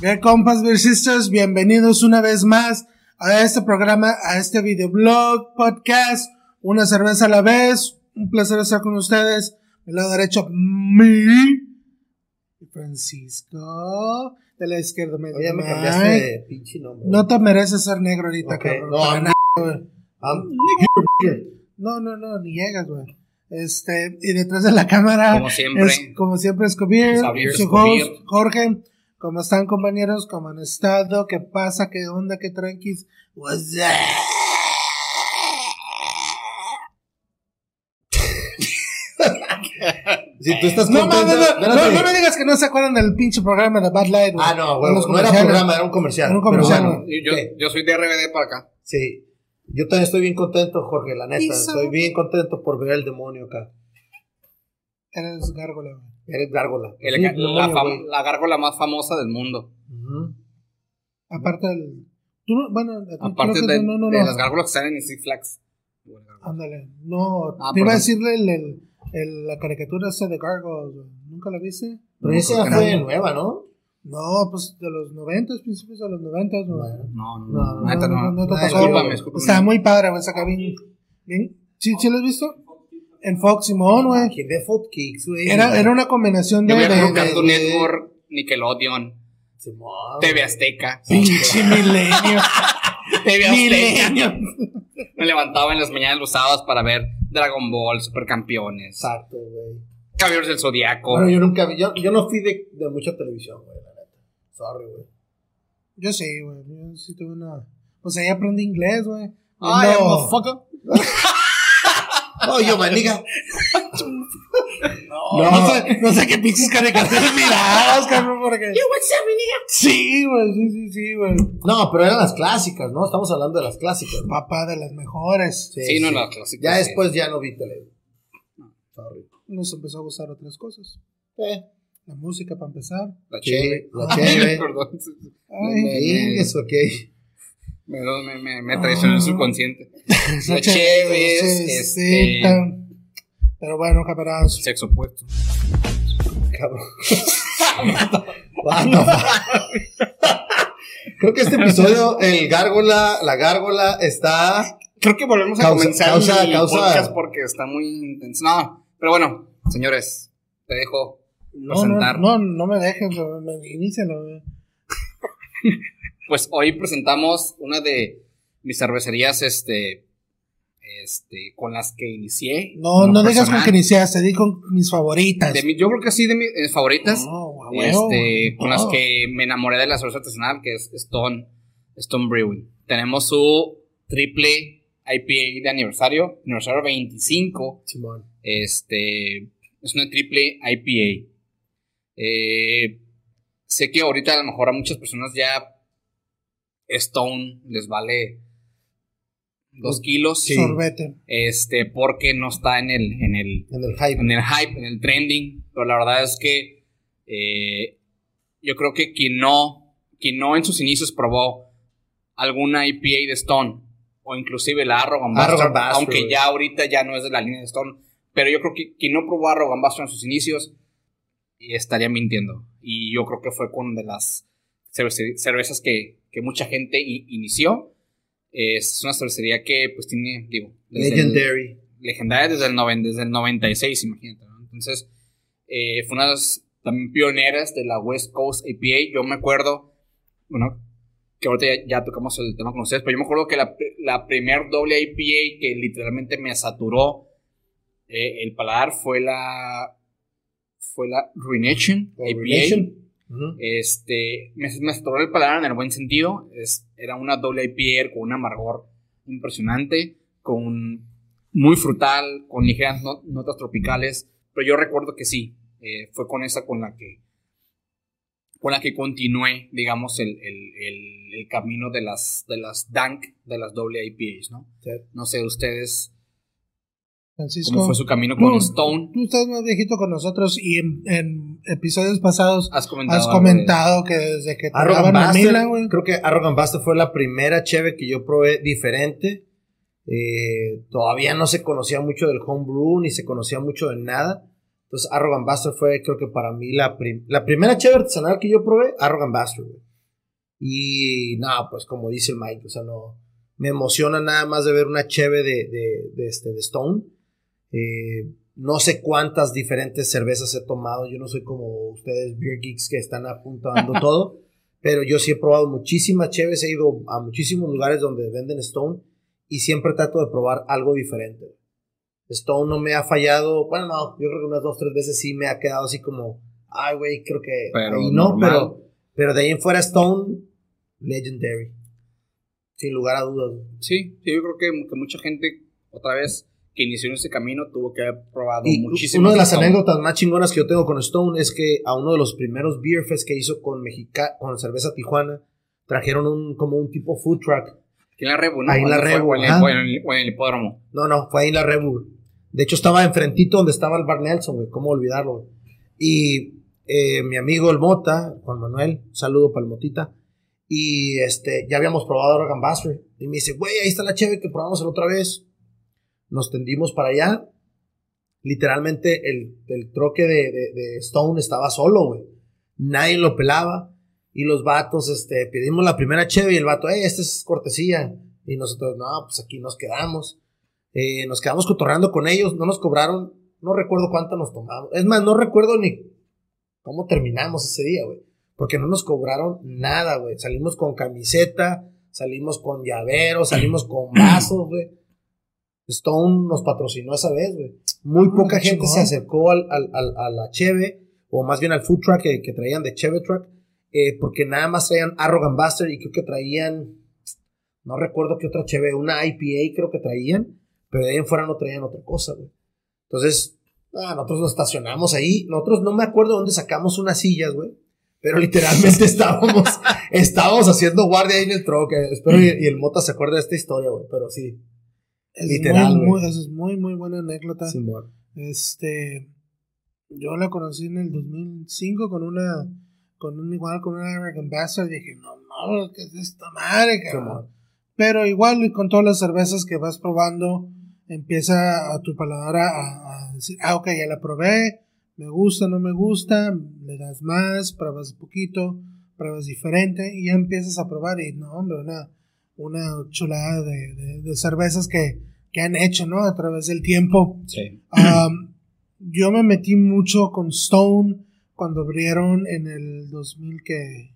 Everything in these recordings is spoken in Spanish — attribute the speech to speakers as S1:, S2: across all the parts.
S1: Gay Compas Beer Sisters, bienvenidos una vez más a este programa, a este videoblog, podcast, una cerveza a la vez. Un placer estar con ustedes. Mi lado derecho, mi Francisco. De la izquierda, medio.
S2: Oye, me
S1: Mike.
S2: cambiaste de pinche nombre.
S1: No te mereces ser negro ahorita,
S2: Ok,
S1: cabrón.
S2: no,
S1: para
S2: I'm
S1: nada, güey.
S2: I'm-
S1: No, no, no, ni llegas, güey. Este, y detrás de la cámara.
S3: Como siempre.
S1: es- como siempre, Escobier,
S3: Xavier
S1: su
S3: Escobier.
S1: host, Jorge. ¿Cómo están, compañeros? ¿Cómo han estado? ¿Qué pasa? ¿Qué onda? ¿Qué tranquis? What's up?
S2: Si tú estás
S1: No, mames,
S2: contento.
S1: no, no,
S2: espérate.
S1: no me digas que no se acuerdan del pinche programa de Bad Light, güey.
S2: Ah, no,
S1: De
S2: güey,
S1: los
S2: no era
S1: comerciales.
S2: programa, era un comercial.
S1: Era un
S2: Pero
S1: comercial,
S2: bueno,
S3: Y Yo,
S2: ¿qué?
S3: yo soy de RBD para acá.
S2: Sí. Yo también estoy bien contento, Jorge, la neta.
S1: Y son-
S2: Estoy bien contento por ver el demonio acá.
S1: Eres gárgola, güey.
S2: Eres gárgola.
S3: El-
S2: Sí,
S3: la,
S2: demonio,
S3: fam-
S2: güey.
S3: la gárgola más famosa del mundo.
S2: Ujú.
S1: Aparte del. Tú no, bueno, a ti
S3: Aparte
S1: creo Ah, que
S3: de,
S1: no, no, no.
S3: de las gárgolas que salen en Six Flags.
S1: Ándale, no,
S3: Ah,
S1: te iba a
S3: perdón.
S1: decirle el, el- el- la caricatura esa de Gargoyles, güey. ¿nunca la viste?
S2: Pero esa
S3: creo que
S2: fue
S3: no.
S2: nueva, ¿no?
S1: No, pues de los noventas, principios de los noventas, güey.
S2: Bueno.
S3: No,
S2: No,
S3: no,
S2: no,
S3: neta, no.
S1: no, no te
S2: Ah,
S1: tocó,
S3: discúlpame,
S1: güey.
S3: discúlpame.
S1: Está muy padre, güey, saca bien, bien. ¿Sí, sí lo has visto? En Fox Simón, güey.
S2: ¿Quién Ah, ve Fox Kicks, güey?
S1: Era, era una combinación de...
S3: Yo veía
S1: de-
S3: puro
S1: de-
S3: Cartoon
S2: de-
S3: Network, Nickelodeon,
S2: Simón.
S3: TV Azteca.
S1: Pinche milenio.
S3: TV Azteca.
S1: milenio.
S3: Me levantaba en las mañanas los sábados para ver Dragon Ball, Supercampeones,
S2: Exacto, güey.
S3: Caballeros del Zodiaco.
S2: Bueno, yo nunca vi, yo, yo no fui de, de mucha televisión, güey, la neta. Sorry, güey.
S1: Yo sí, güey, yo sí tuve una... Pues ahí aprendí inglés, güey.
S2: Eh,
S3: Ay,
S1: No.
S3: motherfucker.
S2: Oh, yo, maniga.
S1: No, sé, no sé qué pinches caricaturas mirabas, cabrón, porque... Sí, güey, sí, sí, sí, güey.
S2: No, pero eran las clásicas, ¿no? Estamos hablando de las clásicas. ¿no?
S1: Papá de las mejores.
S3: Sí, no, no, clásico,
S2: Ya
S3: sí.
S2: después ya no vi tele. Sorry.
S1: Nos empezó a gustar otras cosas.
S2: Eh,
S1: La música, para empezar.
S3: La
S2: Sí,
S3: chévere.
S2: la chévere.
S3: Perdón.
S1: Ay,
S3: me-
S2: es ok.
S3: Me, me, me, me traicionó el subconsciente.
S1: esa
S3: La chévere es, este,
S1: cita. Pero bueno, camaradas.
S3: Sexo opuesto.
S2: Cabrón. What the fuck? Creo que este episodio, el gárgola, la gárgola está.
S3: Creo que volvemos a
S2: Causa-
S3: comenzar
S2: causa-
S3: el
S2: causa-
S3: podcast porque está muy intenso. No, pero bueno, señores, te dejo
S1: No, no,
S3: presentar.
S1: no, no me dejes, güey, me- inícialo. güey.
S3: Pues hoy presentamos una de mis cervecerías, este, este, con las que inicié.
S1: No,
S3: como
S1: no dejas
S3: personal.
S1: con que iniciaste, di con mis favoritas.
S3: De mi- yo creo que sí, de mis eh, favoritas.
S1: No, a huevo,
S3: este,
S1: güey.
S3: con las
S1: No.
S3: que me enamoré de la cerveza artesanal, que es Stone, Stone Brewing. Tenemos su triple IPA de aniversario, aniversario 25.
S2: Simón.
S3: Este, es una triple IPA. Eh, sé que ahorita a lo mejor a muchas personas ya Stone les vale dos kilos.
S2: Sí.
S1: Sorbete.
S3: Este, porque no está en el, en el
S2: En el hype.
S3: en el hype, en el trending, pero la verdad es que eh, yo creo que quien no, quien no en sus inicios probó alguna IPA de Stone o inclusive la Arrogant Bastard,
S2: Arrogant Bastard,
S3: aunque
S2: güey.
S3: ya ahorita ya no es de la línea de Stone, pero yo creo que quien no probó Arrogant Bastard en sus inicios eh, estaría mintiendo. Y yo creo que fue con de las cervece- cervezas que, que mucha gente i- inició. Es una cervecería que pues tiene, digo, desde el-
S2: Legendary.
S3: legendaria desde el, noven- desde el 96, imagínate. ¿no? Entonces, eh, fue una de las también pioneras de la West Coast APA. Yo me acuerdo, bueno, que ahorita ya, ya tocamos el tema con ustedes, pero yo me acuerdo que la, pr- la primer doble APA que literalmente me saturó eh, el paladar fue la fue la Ruination
S2: O
S3: APA.
S2: Ruination. Ujú.
S3: Este, me, me saturó el paladar en el buen sentido. Es- era una doble IPA con un amargor impresionante, con muy frutal, con ligeras no- notas tropicales. Pero yo recuerdo que sí, eh, fue con esa con la que con la que continué, digamos, el, el- el- el camino de las, de las Dank, de las doble IPAs, ¿no?
S2: Sí.
S3: No sé, ustedes,
S1: Francisco.
S3: ¿cómo fue su camino con
S1: No,
S3: Stone?
S1: Tú estás más viejito con nosotros y en, en episodios pasados
S3: Has comentado.
S1: has
S3: algo de-
S1: comentado que desde que te daban
S2: Arrogant
S1: mamila,
S2: Buster,
S1: güey.
S2: creo que Arrogant Buster fue la primera cheve que yo probé diferente. Eh, todavía no se conocía mucho del homebrew ni se conocía mucho de nada. Entonces Arrogant Buster fue creo que para mí la, prim- la primera cheve artesanal que yo probé, Arrogant Buster. güey. Y no, pues como dice Mike, o sea, no. Me emociona nada más de ver una cheve de, de, de este, de Stone. Eh, no sé cuántas diferentes cervezas he tomado. Yo no soy como ustedes, Beer Geeks, que están apuntando todo. Pero yo sí he probado muchísimas cheves. He ido a muchísimos lugares donde venden Stone. Y siempre trato de probar algo diferente. Stone no me ha fallado. Bueno, no, yo creo que unas dos, tres veces sí me ha quedado así como, ay, güey, creo que.
S3: Pero
S2: ahí no,
S3: normal.
S2: pero, pero de ahí en fuera Stone, legendary. Sin lugar a dudas. güey.
S3: Sí, sí, yo creo que, que mucha gente, otra vez, que inició en ese camino, tuvo que haber probado
S2: Y
S3: muchísimo.
S2: una de las anécdotas más chingonas que yo tengo con Stone es que a uno de los primeros beer fest que hizo con, Mexica con cerveza Tijuana, trajeron un, como un tipo food truck
S3: Aquí en la Rebu, ¿no?
S2: Ahí en la
S3: ¿O fue-
S2: Rebu,
S3: O en, el,
S2: ajá.
S3: o en el- o en el hipódromo.
S2: No, no, fue ahí en la Rebu. De hecho, estaba enfrentito donde estaba el Bar Nelson, güey. ¿Cómo olvidarlo? güey? Y eh, mi amigo el Mota, Juan Manuel, un saludo para el Motita. Y este, ya habíamos probado Dragon Bastard. Y me dice, güey, ahí está la cheve que probamos la otra vez. Nos tendimos para allá. Literalmente el, el troque de, de- de Stone estaba solo, güey. Nadie lo pelaba. Y los vatos, este, pedimos la primera cheve y el vato, eh, esta es cortesía. Y nosotros, no, pues aquí nos quedamos. Eh, nos quedamos cotorreando con ellos, no nos cobraron, no recuerdo cuánto nos tomamos. Es más, no recuerdo ni cómo terminamos ese día, güey. Porque no nos cobraron nada, güey. Salimos con camiseta, salimos con llavero, salimos con vasos, güey. Stone nos patrocinó esa vez, güey. Muy
S1: Ah,
S2: poca
S1: qué
S2: gente se
S1: chingón.
S2: acercó al, al- al- a la Cheve, o más bien al food truck que, que traían de Cheve Truck, eh, porque nada más traían Arrogant Buster y creo que traían, no recuerdo qué otra Cheve, una IPA creo que traían, pero de ahí en fuera no traían otra cosa, güey. Entonces, ah, nosotros nos estacionamos ahí. Nosotros no me acuerdo dónde sacamos unas sillas, güey. Pero literalmente estábamos, estábamos haciendo guardia ahí en el truck. eh. Espero y, y el Mota se acuerde de esta historia, güey. Pero sí,
S1: Es
S2: Literal,
S1: muy,
S2: güey.
S1: muy- eso es muy, muy buena anécdota.
S2: Simón.
S1: Este, yo la conocí en el 2005 con una, con un igual, con una American Bastard. Y dije, no, no, ¿qué es esta madre,
S2: Ah,
S1: cabrón?
S2: Simón.
S1: Pero igual y con todas las cervezas que vas probando, empieza a tu paladar a, a- a decir, ah, ok, ya la probé, me gusta, no me gusta, le das más, pruebas poquito, pruebas diferente y ya empiezas a probar y no, hombre, una, una chulada de, de- de cervezas que, que han hecho, ¿no? A través del tiempo.
S3: Sí.
S1: Um, yo me metí mucho con Stone cuando abrieron en el 2000 que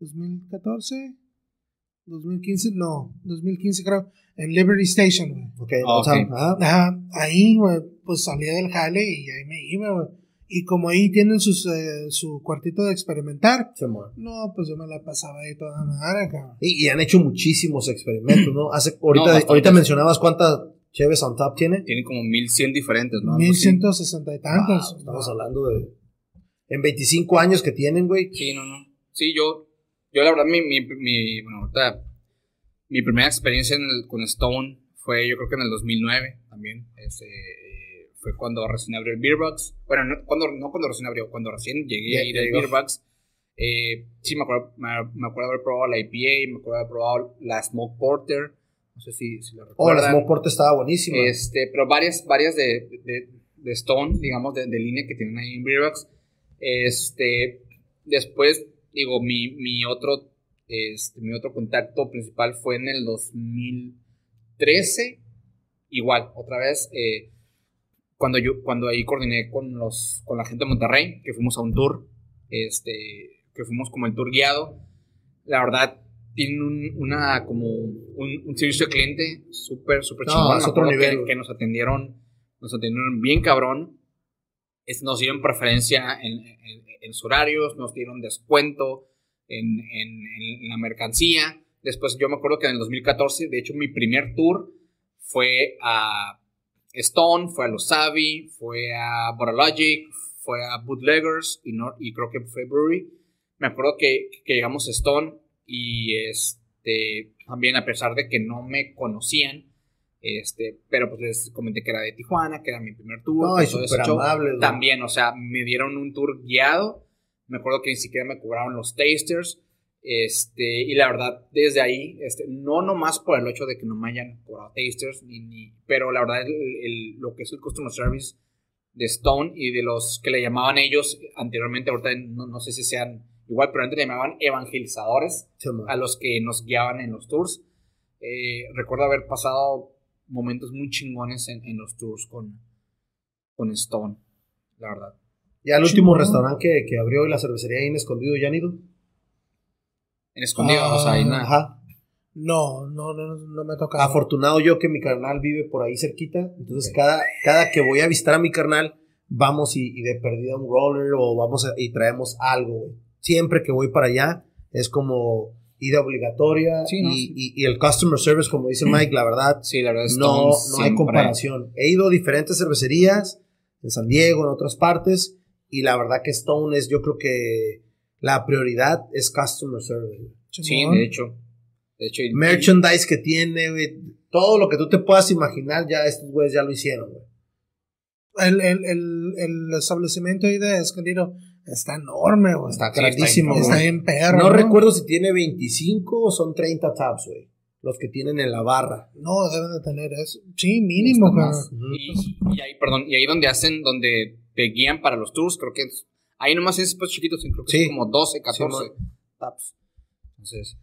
S1: 2014 2015 no 2015 creo en Liberty Station güey.
S2: Ok,
S3: Ah,
S2: o sea,
S3: ok.
S2: ajá.
S1: Ajá, ahí güey, pues salía del jale y ahí me iba güey. y como ahí tienen sus, eh, su cuartito de experimentar
S2: Simón.
S1: no pues yo me la pasaba ahí toda madre cabrón
S2: Y, y han hecho muchísimos experimentos, ¿no? Hace, ahorita,
S3: bastantes.
S2: ahorita mencionabas cuántas Cheves on top tiene.
S3: Tienen como 1100 diferentes, ¿no? Algo así.
S1: 1160 y tantos
S2: pues Wow, estamos hablando de. En 25 años que tienen, güey.
S3: Sí, no, no. Sí, yo, yo la verdad, mi, mi, mi- bueno, ahorita, mi primera experiencia en el- con Stone fue, yo creo que en el 2009 también. Este, eh, fue cuando recién abrió el Beerbox. Bueno, no cuando, no cuando recién abrió, cuando recién llegué
S2: Ya,
S3: a ir al
S2: llegó.
S3: Beerbox. Eh, sí, me acuerdo, me, me acuerdo haber probado la IPA, me acuerdo haber probado la Smoke Porter. No sé si, si la
S2: Oh, la
S3: recuerdan.
S2: Smoke Porter estaba buenísima.
S3: Este, pero varias, varias de, de- de Stone, digamos, de, de línea que tienen ahí en Breerox. Este, después, digo, mi, mi otro, este, mi otro contacto principal fue en el 2013. Igual, otra vez, eh, cuando yo, cuando ahí coordiné con los, con la gente de Monterrey, que fuimos a un tour, este, que fuimos como el tour guiado. La verdad, tienen un, una, como, un, un servicio de cliente súper, súper
S2: No,
S3: chingón.
S2: es
S3: Me
S2: otro
S3: acuerdo que-
S2: nivel, güey.
S3: que nos atendieron, nos atendieron bien cabrón. Es- nos dieron preferencia en, en- en sus horarios, nos dieron descuento en, en- en la mercancía. Después yo me acuerdo que en el 2014, de hecho mi primer tour fue a Stone, fue a Los Savi, fue a Boralogic, fue a Bootleggers y, no, y creo que fue Brewery. Me acuerdo que, que llegamos a Stone y este, también a pesar de que no me conocían, este, pero pues les comenté que era de Tijuana, que era mi primer tour.
S2: No,
S3: que
S2: y
S3: todo ese
S2: súper
S3: show.
S2: amable, güey.
S3: También, o sea, me dieron un tour guiado. Me acuerdo que ni siquiera me cobraron los tasters. Este, y la verdad, desde ahí, este, no nomás por el hecho de que no me hayan cobrado tasters, ni, ni- pero la verdad, el- el- lo que es el customer service de Stone y de los que le llamaban ellos anteriormente, ahorita no, no sé si sean Igual, pero antes le llamaban evangelizadores
S2: Simón.
S3: a los que nos guiaban en los tours. Eh, recuerdo haber pasado momentos muy chingones en, en los tours con, con Stone, la verdad.
S2: Y al último
S1: Chingón.
S2: restaurante que, que abrió y la cervecería ahí en escondido, ¿ya han ido?
S3: En escondido, o sea, ahí nada.
S2: Ajá.
S1: No, no, no, no me toca.
S2: Afortunado yo que mi carnal vive por ahí cerquita. Entonces, cada, cada que voy a visitar a mi carnal, vamos y, y de perdida un roller o vamos a- y traemos algo, güey. Siempre que voy para allá, es como ida obligatoria.
S3: Sí, ¿no?
S2: y, y- y el customer service, como dice Mike, la verdad,
S3: Sí, la verdad, Stone
S2: no, no hay
S3: siempre-
S2: comparación. He ido a diferentes cervecerías en San Diego, en otras partes, y la verdad que Stone es, yo creo que la prioridad es customer service. güey.
S3: Sí,
S1: Chingón.
S3: de hecho. De hecho, y-
S2: Merchandise que tiene, güey, todo lo que tú te puedas imaginar, ya estos güeyes ya lo hicieron, güey.
S1: El, el, el, el establecimiento ahí de Escondido está enorme, güey.
S2: Está
S3: Sí, está
S2: grandísimo,
S3: cabrón.
S1: Está
S2: güey.
S1: bien perro.
S2: No recuerdo si tiene 25 o son 30 tabs, güey, los que tienen en la barra.
S1: No, deben de tener eso. Sí, mínimo,
S3: Está
S1: güey.
S3: más. Y, y ahí, perdón, y ahí donde hacen, donde te guían para los tours, creo que es, ahí nomás es pues chiquitos, creo que
S2: Sí.
S3: son como 12, 14
S2: Sí,
S3: taps. Entonces,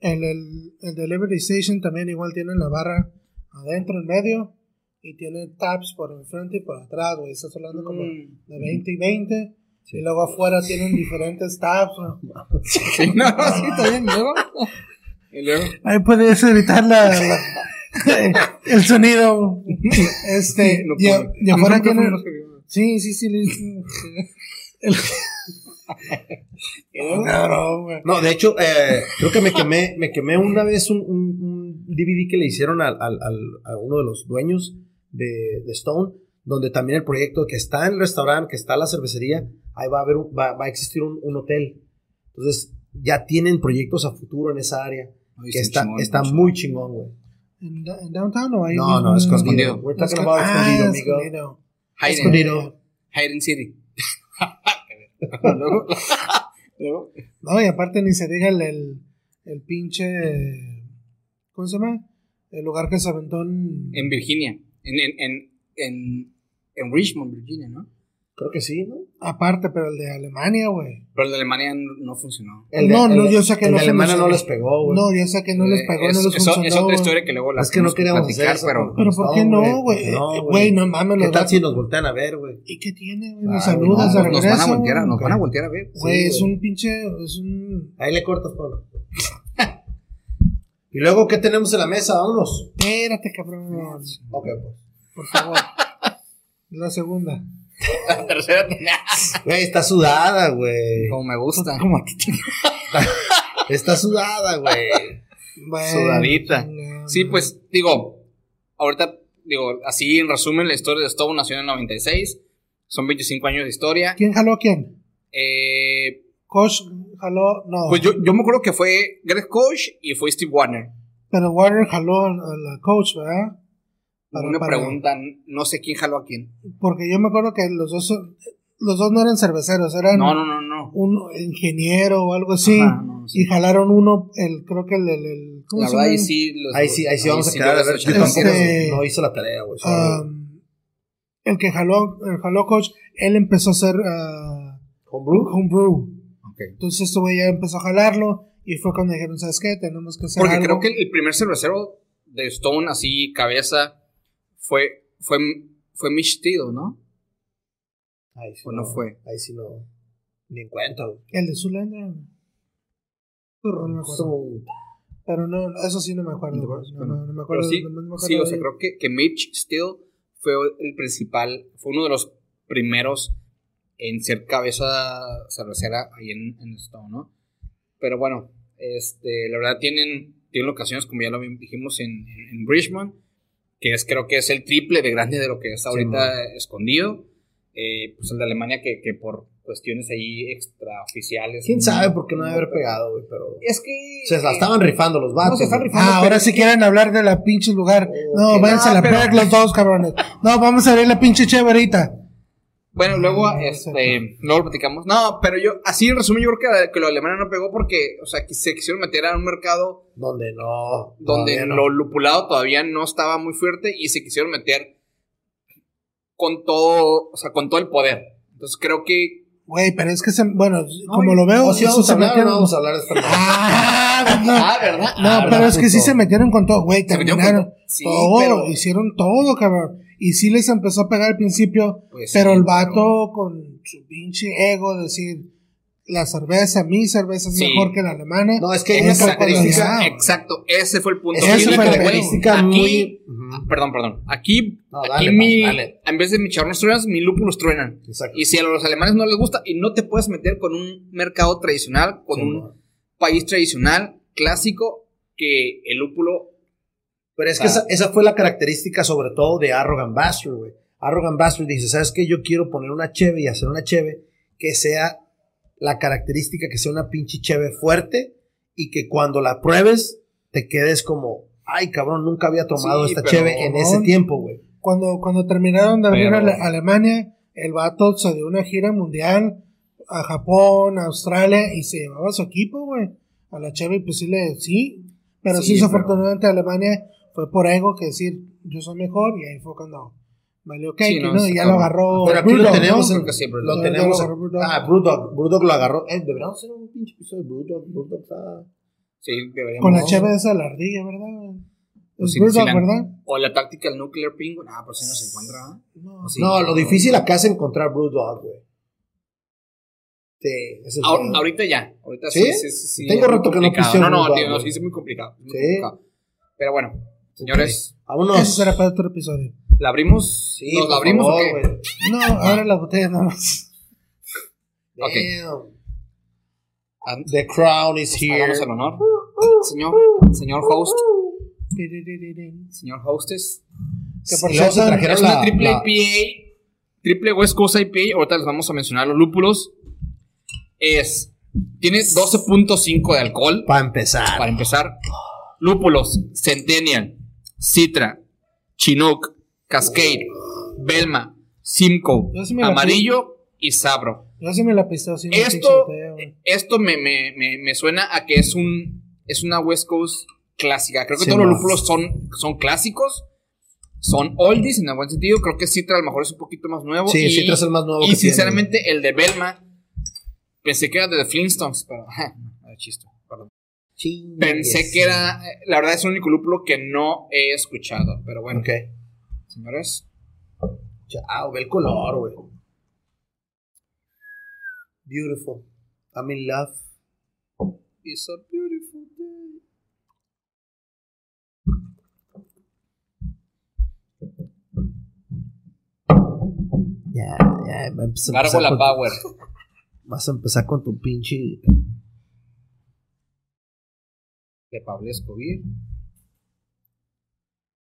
S1: El, el, el Delivery Station también igual tiene la barra adentro, en medio. Y tiene tabs por enfrente y por atrás, güey. Estás hablando como
S3: Mm.
S1: de 20 y 20.
S2: Sí.
S1: Y luego afuera tienen diferentes tabs. güey.
S3: Sí, no, sí, está bien, luego. Y luego,
S1: Ahí puedes evitar la, la- el sonido. Este,
S3: lo
S1: y, a-
S3: pone.
S1: y afuera
S3: Nunca fue
S1: tienen...
S3: uno que vio.
S1: Sí, sí, sí. le- sí. El- Cabrón, güey.
S2: No, de hecho, eh, creo que me quemé, me quemé una vez un, un- un DVD que le hicieron al, al- al- a uno de los dueños de, de Stone, donde también el proyecto que está en el restaurante, que está la cervecería, ahí va a, haber un- va, va a existir un, un hotel. Entonces, ya tienen proyectos a futuro en esa área,
S3: Ay,
S2: que
S3: sí,
S2: está,
S3: chingón,
S2: está
S3: chingón.
S2: muy chingón, güey.
S1: ¿En, da- en downtown o ahí?
S2: No,
S1: mismo
S2: no,
S1: en-
S2: escondido.
S3: Escondido.
S2: We're talking about escondido,
S1: Ah,
S2: amigo.
S1: escondido.
S3: Hayden,
S2: Escondido.
S3: Hayden City. luego, luego,
S1: No, y aparte ni se diga el, el, el pinche. ¿Cómo se llama? El lugar que se aventó en.
S3: en Virginia, en, en, en, en, en Richmond, Virginia, ¿no?
S2: Creo que sí, ¿no?
S1: Aparte, pero el de Alemania, güey.
S3: Pero el de Alemania no funcionó.
S1: No,
S2: de-
S1: no,
S2: de-
S1: yo sé que
S2: el
S1: no
S2: de
S1: se
S2: Alemana
S1: los-
S2: no les pegó, güey.
S1: No, yo sé que no les
S3: Eh,
S1: pagó,
S3: Oh, es,
S1: no les
S3: es o-
S1: funcionó.
S3: es otra
S1: güey.
S3: historia que luego la
S2: Es que no
S3: podemos
S2: queríamos
S3: platicar,
S2: hacer eso,
S3: pero
S2: porque
S1: Pero ¿por qué
S2: no,
S1: no, güey?
S2: No,
S1: Eh,
S2: güey.
S1: Güey, no mames,
S2: ¿Qué
S1: los
S2: tal
S1: vatos-
S2: si nos voltean a ver, güey?
S1: ¿Y qué tiene, güey? Nos
S2: Ay,
S1: saludas
S2: no,
S1: de
S3: Ah, nos
S1: regreso.
S3: van a voltear, a- nos
S2: ok.
S3: van a voltear a ver.
S1: Güey,
S2: Sí,
S1: es
S2: güey.
S1: un pinche. Es un.
S2: Ahí le cortas, Pablo. y luego, ¿qué tenemos en la mesa? Vámonos.
S1: Espérate, cabrón.
S2: Ok, pues.
S1: Por favor. La segunda.
S3: La tercera
S2: Güey, está sudada, güey.
S3: Como me gusta.
S2: Está sudada, güey.
S1: Bueno,
S3: Sudadita.
S1: chingada.
S3: Sí, pues, digo, ahorita, digo, así en resumen, la historia de Stone nació en el 96. Son 25 años de historia.
S1: ¿Quién jaló a quién?
S3: Eh,
S1: Koch jaló. No.
S3: pues yo, yo me acuerdo que fue Greg Koch y fue Steve Warner.
S1: Pero Warner jaló al al coach, ¿verdad? Para-
S3: Una
S1: para-
S3: pregunta, no sé quién jaló a quién.
S1: Porque yo me acuerdo que los dos son- los dos no eran cerveceros, eran
S3: No, no, no, no.
S1: un ingeniero o algo así.
S3: Ajá, no, sí.
S1: Y jalaron uno, el, creo que el, el, el- ¿cómo
S3: La
S1: se
S3: verdad, ahí
S1: llama?
S3: sí. los-
S2: Ahí sí, ahí sí vamos a quedar a
S3: los
S2: ver. Yo
S1: Este-
S2: tampoco
S1: Este-
S2: no hice la tarea, güey.
S1: Ah,
S2: Sorry.
S1: el que jaló, el jaló coach, él empezó a hacer ah,
S2: ¿Homebrew?
S1: homebrew.
S3: Ok.
S1: Entonces este güey ya empezó a jalarlo y fue cuando dijeron, ¿sabes qué? Tenemos que hacer
S3: Porque
S1: algo".
S3: creo que el primer cervecero de Stone, así, cabeza, fue, fue, fue Mitch Tido, ¿no?
S2: Ahí sí
S3: ¿O no fue?
S2: Ahí sí no. Ni en cuenta, güey.
S1: El de Zulander. No me acuerdo.
S2: So-
S1: Pero no, eso sí no me acuerdo.
S3: No te
S1: güey.
S3: acuerdas,
S1: No,
S3: bueno.
S1: no, no me
S3: Pero
S1: acuerdo.
S3: sí,
S1: no me acuerdo
S3: sí, o
S1: de-
S3: sea, creo que, que Mitch Steele fue el principal, fue uno de los primeros en ser cabeza cervecera ahí en, en Stone, ¿no? Pero bueno, este, la verdad tienen, tienen locaciones, como ya lo dijimos, en, en, en Richmond, que es, creo que es el triple de grande de lo que es ahorita escondido. Eh, pues el de Alemania que, que por cuestiones ahí extraoficiales.
S2: ¿Quién sabe por qué no debe haber pegado, güey? Pero.
S3: Es que...
S2: Se la estaban rifando los vatos.
S3: se están
S2: güey.
S3: rifando.
S1: Ah, ahora sí quieren hablar de la pinche lugar. No,
S2: Ok,
S1: váyanse a la
S3: no, pero-
S1: verga los dos, cabrones. No, vamos a ver la pinche chéverita.
S3: Bueno, luego,
S1: Ah,
S3: este, luego lo platicamos. No, pero yo, así en resumen, yo creo que, que lo alemán no pegó porque, o sea, que se quisieron meter a un mercado
S2: Donde no.
S3: donde
S2: todavía no.
S3: lo lupulado todavía no estaba muy fuerte y se quisieron meter con todo, o sea, con todo el poder. Entonces creo que
S1: Güey, pero es que, se, bueno,
S2: No,
S1: como
S2: y-
S1: lo veo,
S2: o sí
S1: eso
S2: vamos
S1: se
S2: a hablar, o
S1: metieron-
S2: no vamos a hablar de esta madre.
S1: Ah, no.
S3: Ah, ¿verdad?
S1: No,
S2: Ah,
S1: pero
S2: ¿verdad,
S1: es que sí
S2: puto?
S1: se metieron con todo, güey,
S3: Se metieron con
S1: terminaron
S3: todo. Sí,
S1: todo,
S3: pero-
S1: hicieron todo, cabrón. Y sí les empezó a pegar al principio,
S3: Pues
S1: pero
S3: sí,
S1: el vato con su pinche ego, decir, la cerveza, mi cerveza es
S3: Sí.
S1: mejor que la alemana.
S2: No,
S3: Ah,
S2: es que hay
S1: Eh,
S2: una
S1: esa
S2: característica.
S1: cualidad.
S3: Exacto, ese fue el punto.
S2: Esa
S1: Ese
S2: es una
S1: fue el pedo.
S2: característica
S3: Aquí-
S2: muy. Ujú.
S3: Perdón, perdón. Aquí,
S2: No,
S3: aquí
S2: dale,
S3: mi,
S2: man, dale.
S3: en vez de mis charros truenas, mi lúpulos truenan.
S2: Exacto.
S3: Y si a los alemanes no les gusta, y no te puedes meter con un mercado tradicional, con
S2: Sí,
S3: un
S2: no.
S3: país tradicional, clásico, que el lúpulo.
S2: Pero es que
S3: Ah.
S2: esa, esa fue la característica sobre todo de Arrogant Bastard, güey. Arrogant Bastard dice, ¿sabes qué? Yo quiero poner una cheve y hacer una cheve que sea la característica, que sea una pinche cheve fuerte y que cuando la pruebes te quedes como, ay cabrón, nunca había tomado
S3: Sí,
S2: esta
S3: pero-
S2: cheve en ese tiempo, güey.
S1: Cuando, cuando terminaron de abrir
S3: Pero-
S1: a Ale- Alemania, el vato se dio una gira mundial a Japón, a Australia, y se llevaba su equipo, güey, a la Chevy, pues sí le, sí, pero sí,
S3: Sí, pero-
S1: desafortunadamente Alemania fue por ego que decir, yo soy mejor, y ahí fue cuando valió que,
S3: Sí, no,
S1: ¿no?
S3: se
S1: Y ya lo
S3: acabó.
S1: agarró.
S2: Pero aquí lo
S1: Brewdog,
S2: tenemos,
S1: ¿no?
S2: en-
S3: Creo que sí, pero-
S2: lo
S1: No, ya
S2: tenemos.
S1: lo agarró Brewdog.
S2: Ah, Brewdog, Brewdog lo agarró. Eh, deberíamos hacer un pinche episodio de Brewdog. Brewdog está...
S3: Sí, deberíamos.
S1: Con la Chevy esa la ardilla, ¿verdad?
S3: Pues
S1: Es
S3: sí,
S1: Brewdog,
S3: sí la-
S1: ¿verdad?
S3: O la Tactical Nuclear Penguin. Ah, por si no se encuentra. ¿ah?
S1: No.
S3: Sí.
S2: No, lo difícil acá es encontrar Brewdog, güey. Sí, ese es
S3: Ahor-
S2: el-
S3: ahorita ya. Ahorita
S2: ¿Sí?
S3: sí, sí, sí, sí,
S2: Tengo
S3: es muy
S2: rato que no
S3: complicado.
S2: piseo
S3: No, no,
S2: Brewdog,
S3: tío, no,
S2: güey.
S3: sí, es muy complicado. es muy
S2: Sí.
S3: complicado. Pero bueno, señores,
S2: Vámonos.
S1: Eso será para otro episodio.
S3: ¿la abrimos?
S2: Sí,
S3: ¿Nos
S2: por
S3: la abrimos
S2: favor,
S3: o qué?
S2: güey.
S1: No, ahora la botella nada más.
S3: Ok.
S2: Damn.
S3: Ah,
S2: The crown is here.
S3: Hagamos el honor. Señor, señor host, señor hostess.
S1: Que por
S2: Y luego se
S1: cierto,
S2: trajeron
S3: es
S2: la-
S3: una triple
S2: la-
S3: IPA, triple West Coast IPA. Ahorita les vamos a mencionar los lúpulos. Es, tiene 12.5 de alcohol.
S2: Para empezar.
S3: Para empezar, lúpulos, Centennial, Citra, Chinook, Cascade, Belma, Simcoe,
S1: Yo sí me la
S3: Amarillo y Sabro.
S1: Yo sí me la pisteo así. una pinche
S3: Esto,
S1: botella, güey.
S3: esto me, me- me- me suena a que es un es una West Coast clásica. Creo que
S2: Sí,
S3: todos los
S2: no.
S3: lúpulos son, son clásicos. Son oldies en el buen sentido. Creo que Citra a lo mejor es un poquito más nuevo.
S2: Sí,
S3: y,
S2: Citra es el más nuevo.
S3: Y
S2: que
S3: sinceramente, el de Belma. Pensé que era de The Flintstones, pero. ja, ah, chiste, perdón.
S2: tienen. Chingues.
S3: Pensé que era. eh, La verdad es el único lúpulo que no he escuchado. Pero bueno,
S2: Ok.
S3: señores.
S2: Chao, ve el color, güey. Beautiful. I'm in love.
S3: It's a beautiful day.
S2: Ya, ya. va a empezar-
S3: Largo la
S2: con-
S3: power.
S2: Vas a empezar con tu pinche.
S3: de Pablo Escobar.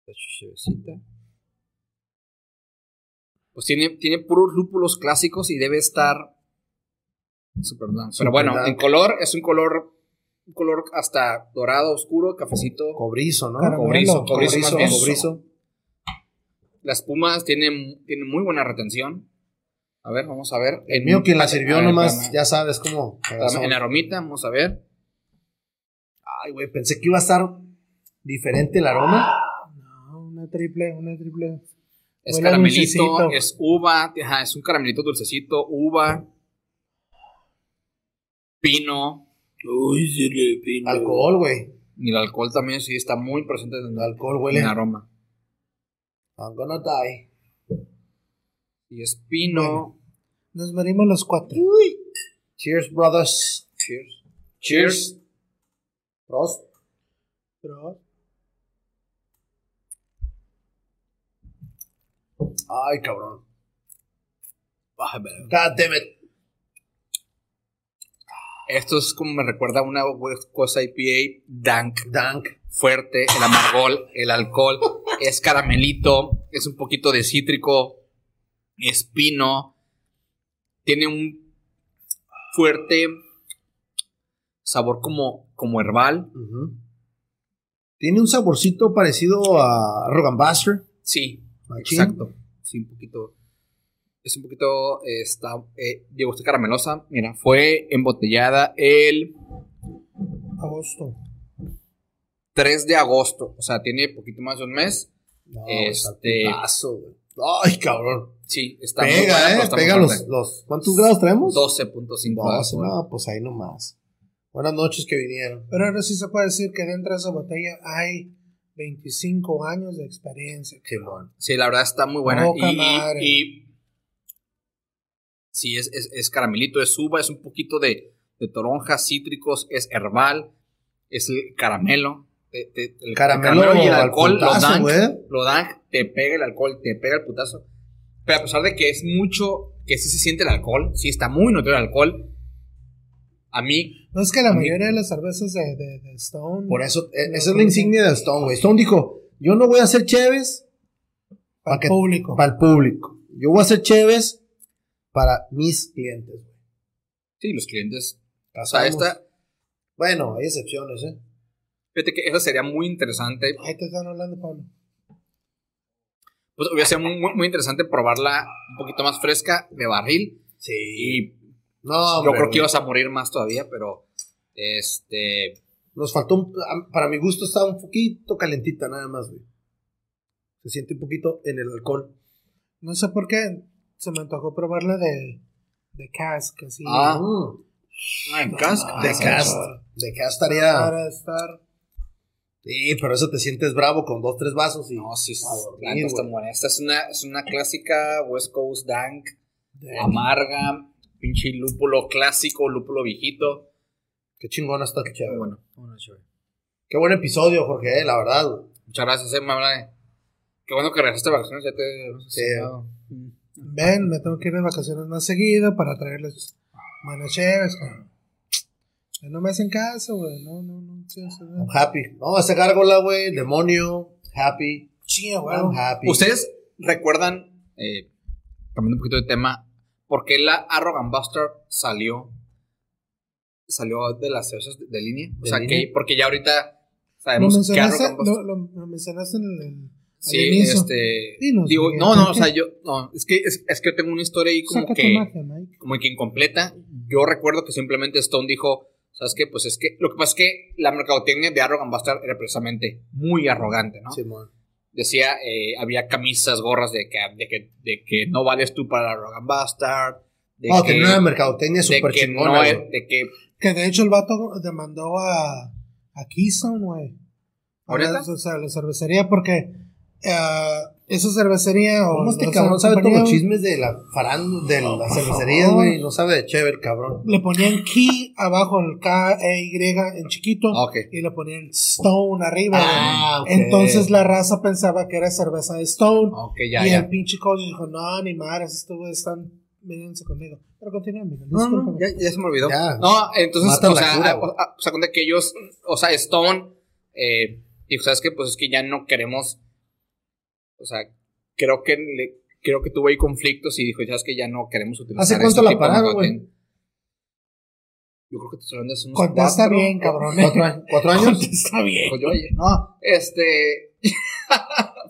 S3: La chevecita. Pues tiene, tiene puros lúpulos clásicos y debe estar super blanco. Pero
S2: Super
S3: bueno,
S2: blanco.
S3: en color es un color un color hasta dorado oscuro, cafecito.
S2: Cobrizo, ¿no?
S1: Caramelo.
S3: Cobrizo, cobrizo,
S2: Cobrizo,
S3: más bien.
S2: cobrizo.
S3: Las pumas tienen, tienen muy buena retención. A ver, vamos a ver.
S2: El mío, quien la sirvió
S3: a ver,
S2: nomás,
S3: espérame.
S2: ya sabes cómo.
S3: Espérame, En la aromita, vamos a ver.
S2: Ay, güey, pensé que iba a estar diferente el aroma.
S1: No, una triple, una triple.
S3: Es
S1: Huele a
S3: caramelito,
S1: dulcecito.
S3: es uva, ajá, es un caramelito dulcecito, uva, pino. Uy, sí, le pino.
S2: Alcohol, güey.
S3: Y el alcohol también sí está muy presente en
S2: El
S3: el,
S2: alcohol
S3: en
S2: huele.
S3: el aroma.
S2: I'm gonna die.
S3: Y es pino.
S1: Nos morimos los cuatro.
S2: Cheers, brothers.
S3: Cheers. Cheers.
S2: Prost.
S1: Pero,
S2: Ay, cabrón. Ah, man. God damn it.
S3: Esto es como me recuerda a una West Coast IPA, dank,
S2: Dank.
S3: fuerte, el amargol, el alcohol, es caramelito, es un poquito de cítrico, es pino, tiene un fuerte sabor como, como herbal.
S2: Ujú. Tiene un saborcito parecido a Rogan Buster.
S3: Sí,
S2: Machín.
S3: exacto. Sí, un poquito. Es un poquito. eh, está. Eh, llegó esta caramelosa. Mira, fue embotellada el
S1: agosto.
S3: 3 de agosto. O sea, tiene poquito más de un mes.
S2: No,
S3: Este-
S2: está putazo, güey. Ay, cabrón.
S3: Sí, está muy buena,
S2: Pega,
S3: pero
S2: eh.
S3: está muy
S2: Pega
S3: fuerte.
S2: los, los. ¿Cuántos grados traemos?
S3: 12.5 grados.
S2: Doce, no, pues ahí nomás. Buenas noches que vinieron.
S1: Pero ahora sí se puede decir que dentro de esa botella hay 25 años de experiencia.
S2: Simón.
S3: Sí, la verdad está muy buena.
S1: Poca
S3: y, y-
S1: madre.
S3: y- sí, es, es- es caramelito, es uva, es un poquito de, de toronja, cítricos, es herbal, es el caramelo. te- te- el
S2: Caramelo,
S3: y el
S2: al
S3: alcohol lo
S2: putazo,
S3: dan,
S2: güey.
S3: lo dan, te pega el alcohol, te pega el putazo. Pero a pesar de que es mucho, que sí se siente el alcohol, sí está muy nutrido el alcohol. A mí,
S1: No es que la
S3: Sí.
S1: mayoría de las cervezas de, de- de Stone.
S2: Por eso, eh, esa es la insignia de Stone, güey. Stone dijo: Yo no voy a hacer chéves
S1: Para
S2: que-
S1: el público.
S2: para el público. Yo voy a hacer chéves para mis clientes. güey.
S3: sí, los clientes. O sea,
S2: Casamos.
S3: esta,
S2: Bueno, hay excepciones, ¿eh?
S3: fíjate que eso sería muy interesante.
S1: Ahí te están hablando, Pablo.
S3: Pues hubiera sido muy, muy- muy interesante probarla un poquito más fresca de barril.
S2: Sí.
S3: Y
S2: No,
S3: yo
S2: hombre,
S3: creo que
S2: güey.
S3: ibas a morir más todavía, pero este.
S2: Nos faltó, un- a- para mi gusto, está un poquito calentita, nada más, güey. Se siente un poquito en el alcohol.
S1: No sé por qué se me antojó probarla de, de Cask. Así.
S3: Ah,
S2: Mm.
S3: en casco.
S2: De
S1: sí,
S2: cast.
S1: sí.
S2: De cast
S3: Ah,
S2: estaría.
S1: Para estar.
S2: Sí, pero eso te sientes bravo con dos, tres vasos y.
S3: No, sí, sí,
S2: A dormir,
S3: la neta está
S2: güey.
S3: buena. Esta es una, es una clásica West Coast Dank, amarga, pinche lúpulo clásico, lúpulo viejito.
S2: Qué chingona está tu
S3: Muy
S2: chavo.
S3: Bueno, bueno, chévere.
S2: Qué buen episodio, Jorge, eh, la verdad. güey.
S3: Muchas gracias, eh, mamá. Qué bueno que regresaste a vacaciones, ya te.
S2: Sí.
S3: Mm.
S1: Ven, me tengo que ir de vacaciones más seguido para traerles manos chéveres. cabrón. Ya No me hacen caso, güey. No, no, no. Sí, sí, no.
S2: I'm happy. No, esa gárgola, güey. Demonio. Happy.
S1: Chía, güey.
S2: I'm happy.
S3: ¿Ustedes recuerdan, eh, cambiando un poquito de tema, por qué la Arrogant Buster salió, salió de las cervezas de, de línea? O
S2: ¿De
S3: sea,
S2: línea?
S3: que, porque ya ahorita
S1: Lo
S3: sabemos que
S1: mencionaste,
S3: Arrogant Buster...
S1: lo, lo- lo mencionaste en el.
S3: sí,
S1: al inicio.
S3: este...
S1: Dinos,
S3: digo,
S1: Miguel,
S3: no, no,
S1: ¿por
S3: o sea,
S1: qué?
S3: yo... No, es que, es, es que tengo una historia ahí como
S1: Saca tu
S3: que...
S1: magia, Mike.
S3: Como que incompleta. Yo recuerdo que simplemente Stone dijo... ¿Sabes qué? Pues es que... Lo que pasa es que la mercadotecnia de Arrogant Buster era precisamente muy arrogante, ¿no?
S2: Simón.
S3: decía, eh, había camisas, gorras de que, de, que, de que no vales tú para la Rogan Bastard. De
S2: Ah, No,
S3: que,
S2: tenía una mercadotecnia
S3: de
S2: súper
S3: que
S2: chingona.
S3: no
S2: güey.
S3: es- de que
S1: Que de hecho el vato demandó a, a Keystone, güey. A
S3: ¿Ahorita?
S1: la, o sea, la cervecería, porque eh, esa cervecería. o
S2: ¿Cómo este
S1: esa
S2: cabrón sabe todos
S1: compañía
S2: los chismes de la farán, de las cervecerías,
S1: favor.
S2: güey? No sabe de chévere, cabrón.
S1: Le ponían Key abajo, el K-E-Y en chiquito.
S3: Ah, ok.
S1: Y le ponían Stone arriba. güey.
S2: Ah, ok.
S1: Entonces la raza pensaba que era cerveza de Stone.
S3: Ok, ya,
S1: y
S3: ya.
S1: el pinche coach dijo: No, ni madres, estos güeyes están viniéndose conmigo. Pero continúa, amigo.
S3: No, no,
S1: discúlpame.
S3: ya, ya se me olvidó.
S2: Ya.
S3: No, entonces,
S2: Mata
S3: o
S2: la
S3: sea,
S2: cura,
S3: a-
S2: güey.
S3: a- o sea, cuenta que ellos, o sea, Stone, eh, y sabes que pues es que ya no queremos, o sea, creo que le- creo que tuvo ahí conflictos y dijo, sabes que ya no queremos utilizar.
S2: ¿Hace
S3: este
S2: cuánto la
S3: tipo de
S2: pararon, güey?
S3: mercadotecnia. Yo creo que te estoy hablando de hace unos
S1: Contesta
S3: cuatro-
S1: bien, cabrón.
S2: ¿Cuatro, años- cuatro años?
S1: Contesta bien.
S3: Pues yo, oye, no, este.